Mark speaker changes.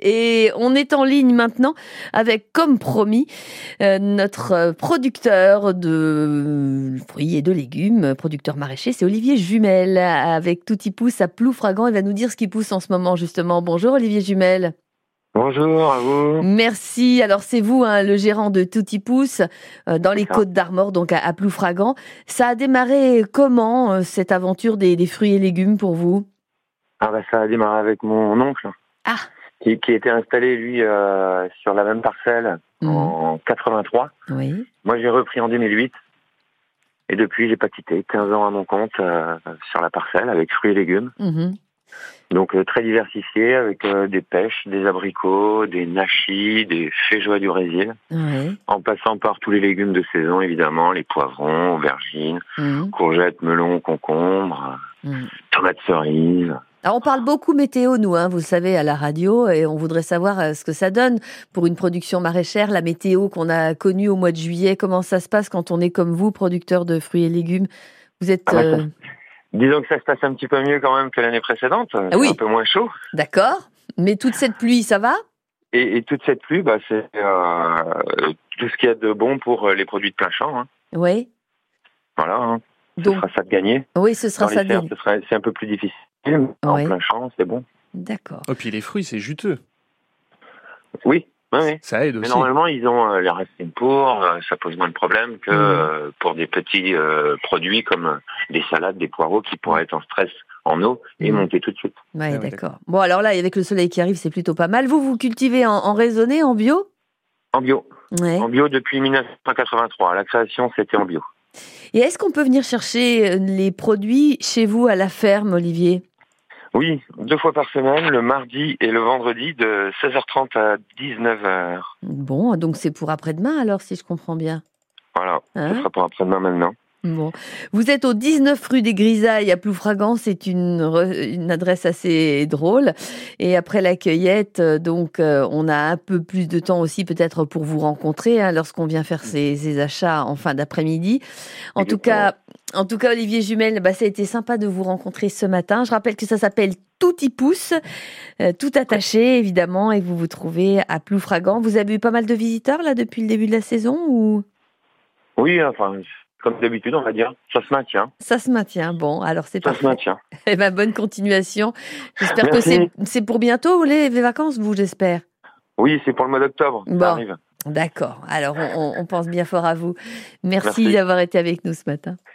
Speaker 1: Et on est en ligne maintenant avec, comme promis, euh, notre producteur de fruits et de légumes, producteur maraîcher, c'est Olivier Jumel, avec tout y pousse à Ploufragan. Il va nous dire ce qui pousse en ce moment, justement. Bonjour Olivier Jumel.
Speaker 2: Bonjour à vous.
Speaker 1: Merci. Alors c'est vous, hein, le gérant de Touti Pousse, euh, dans les
Speaker 2: ça.
Speaker 1: Côtes d'Armor, donc à, à Ploufragan. Ça a démarré comment euh, cette aventure des, des fruits et légumes pour vous
Speaker 2: Ah bah ça a démarré avec mon oncle.
Speaker 1: Ah.
Speaker 2: Qui, qui était installé lui euh, sur la même parcelle
Speaker 1: Mhm.
Speaker 2: en 83.
Speaker 1: Oui.
Speaker 2: Moi j'ai repris en 2008 et depuis j'ai pas quitté. 15 ans à mon compte euh, sur la parcelle avec fruits et légumes.
Speaker 1: Mhm.
Speaker 2: Donc euh, très diversifié avec euh, des pêches, des abricots, des nachis, des feijoas du Résil,
Speaker 1: Oui.
Speaker 2: en passant par tous les légumes de saison évidemment, les poivrons, aubergines,
Speaker 1: Mhm.
Speaker 2: courgettes, melons, concombres,
Speaker 1: Mhm.
Speaker 2: tomates cerises.
Speaker 1: Alors on parle beaucoup météo, nous, hein, vous le savez, à la radio, et on voudrait savoir euh, ce que ça donne pour une production maraîchère, la météo qu'on a connue au mois de juillet, comment ça se passe quand on est comme vous, producteur de fruits et légumes Vous êtes
Speaker 2: Ah bah, ça-
Speaker 1: euh,
Speaker 2: Disons que ça se passe un petit peu mieux quand même que l'année précédente, C'est
Speaker 1: Ah oui.
Speaker 2: un peu moins chaud.
Speaker 1: d'accord, mais toute cette pluie, ça va
Speaker 2: Et, et toute cette pluie, bah, c'est euh, tout ce qu'il y a de bon pour euh, les produits de plein champ. hein.
Speaker 1: Oui.
Speaker 2: Voilà, hein. Ce
Speaker 1: Donc,
Speaker 2: sera ça de gagner.
Speaker 1: oui, ce sera
Speaker 2: Dans
Speaker 1: ça.
Speaker 2: les serres,
Speaker 1: dès-
Speaker 2: ce sera- c'est un peu plus difficile. mais
Speaker 1: Ouais.
Speaker 2: En plein champ, c'est bon.
Speaker 1: D'accord.
Speaker 3: Et Oh, puis les fruits, c'est juteux.
Speaker 2: Oui, oui, oui.
Speaker 3: Ça aide
Speaker 2: Mais
Speaker 3: aussi.
Speaker 2: normalement, ils ont euh, les racines pour, euh, ça pose moins de problèmes que
Speaker 1: Mhm.
Speaker 2: euh, pour des petits euh, produits comme euh, des salades, des poireaux qui pourraient être en stress en eau et
Speaker 1: Mhm.
Speaker 2: monter tout de suite.
Speaker 1: Ouais,
Speaker 3: Ah oui,
Speaker 1: d'accord. Bon, alors là, avec le soleil qui arrive, c'est plutôt pas mal. Vous, vous cultivez en, en raisonné, en bio
Speaker 2: En bio.
Speaker 1: Ouais.
Speaker 2: En bio depuis 1983. La création, c'était en bio.
Speaker 1: Et est-ce qu'on peut venir chercher euh, les produits chez vous à la ferme, Olivier
Speaker 2: Oui, deux fois par semaine, le mardi et le vendredi de 16h30 à 19h.
Speaker 1: Bon, donc c'est pour après-demain alors, si je comprends bien.
Speaker 2: Voilà,
Speaker 1: Hein
Speaker 2: ce sera pour après-demain maintenant.
Speaker 1: bon. Vous êtes au 19 rue des Grisailles à Ploufragan, c'est une, re- une adresse assez drôle. Et après la cueillette, euh, donc euh, on a un peu plus de temps aussi peut-être pour vous rencontrer hein, lorsqu'on vient faire ses, ses achats en fin d'après-midi. En tout
Speaker 2: Exactement.
Speaker 1: cas, en tout cas, Olivier Jumel, bah, ça a été sympa de vous rencontrer ce matin. Je rappelle que ça s'appelle Tout y pousse, euh, tout attaché évidemment, et vous vous trouvez à Ploufragan. Vous avez eu pas mal de visiteurs là depuis le début de la saison ou
Speaker 2: Oui, enfin, comme d'habitude, on va dire, ça se maintient,
Speaker 1: ça se maintient Bon, alors c'est
Speaker 2: ça
Speaker 1: parfait.
Speaker 2: se maintient.
Speaker 1: Eh ben, bonne continuation. J'espère que
Speaker 2: Merci.
Speaker 1: c'est c'est pour bientôt les, les vacances, vous, j'espère.
Speaker 2: Oui, c'est pour le mois d'octobre, ça
Speaker 1: Bon.
Speaker 2: arrive.
Speaker 1: D'accord. Alors, on, on- on pense bien fort à vous. Merci,
Speaker 2: Merci.
Speaker 1: d'avoir été avec nous ce matin.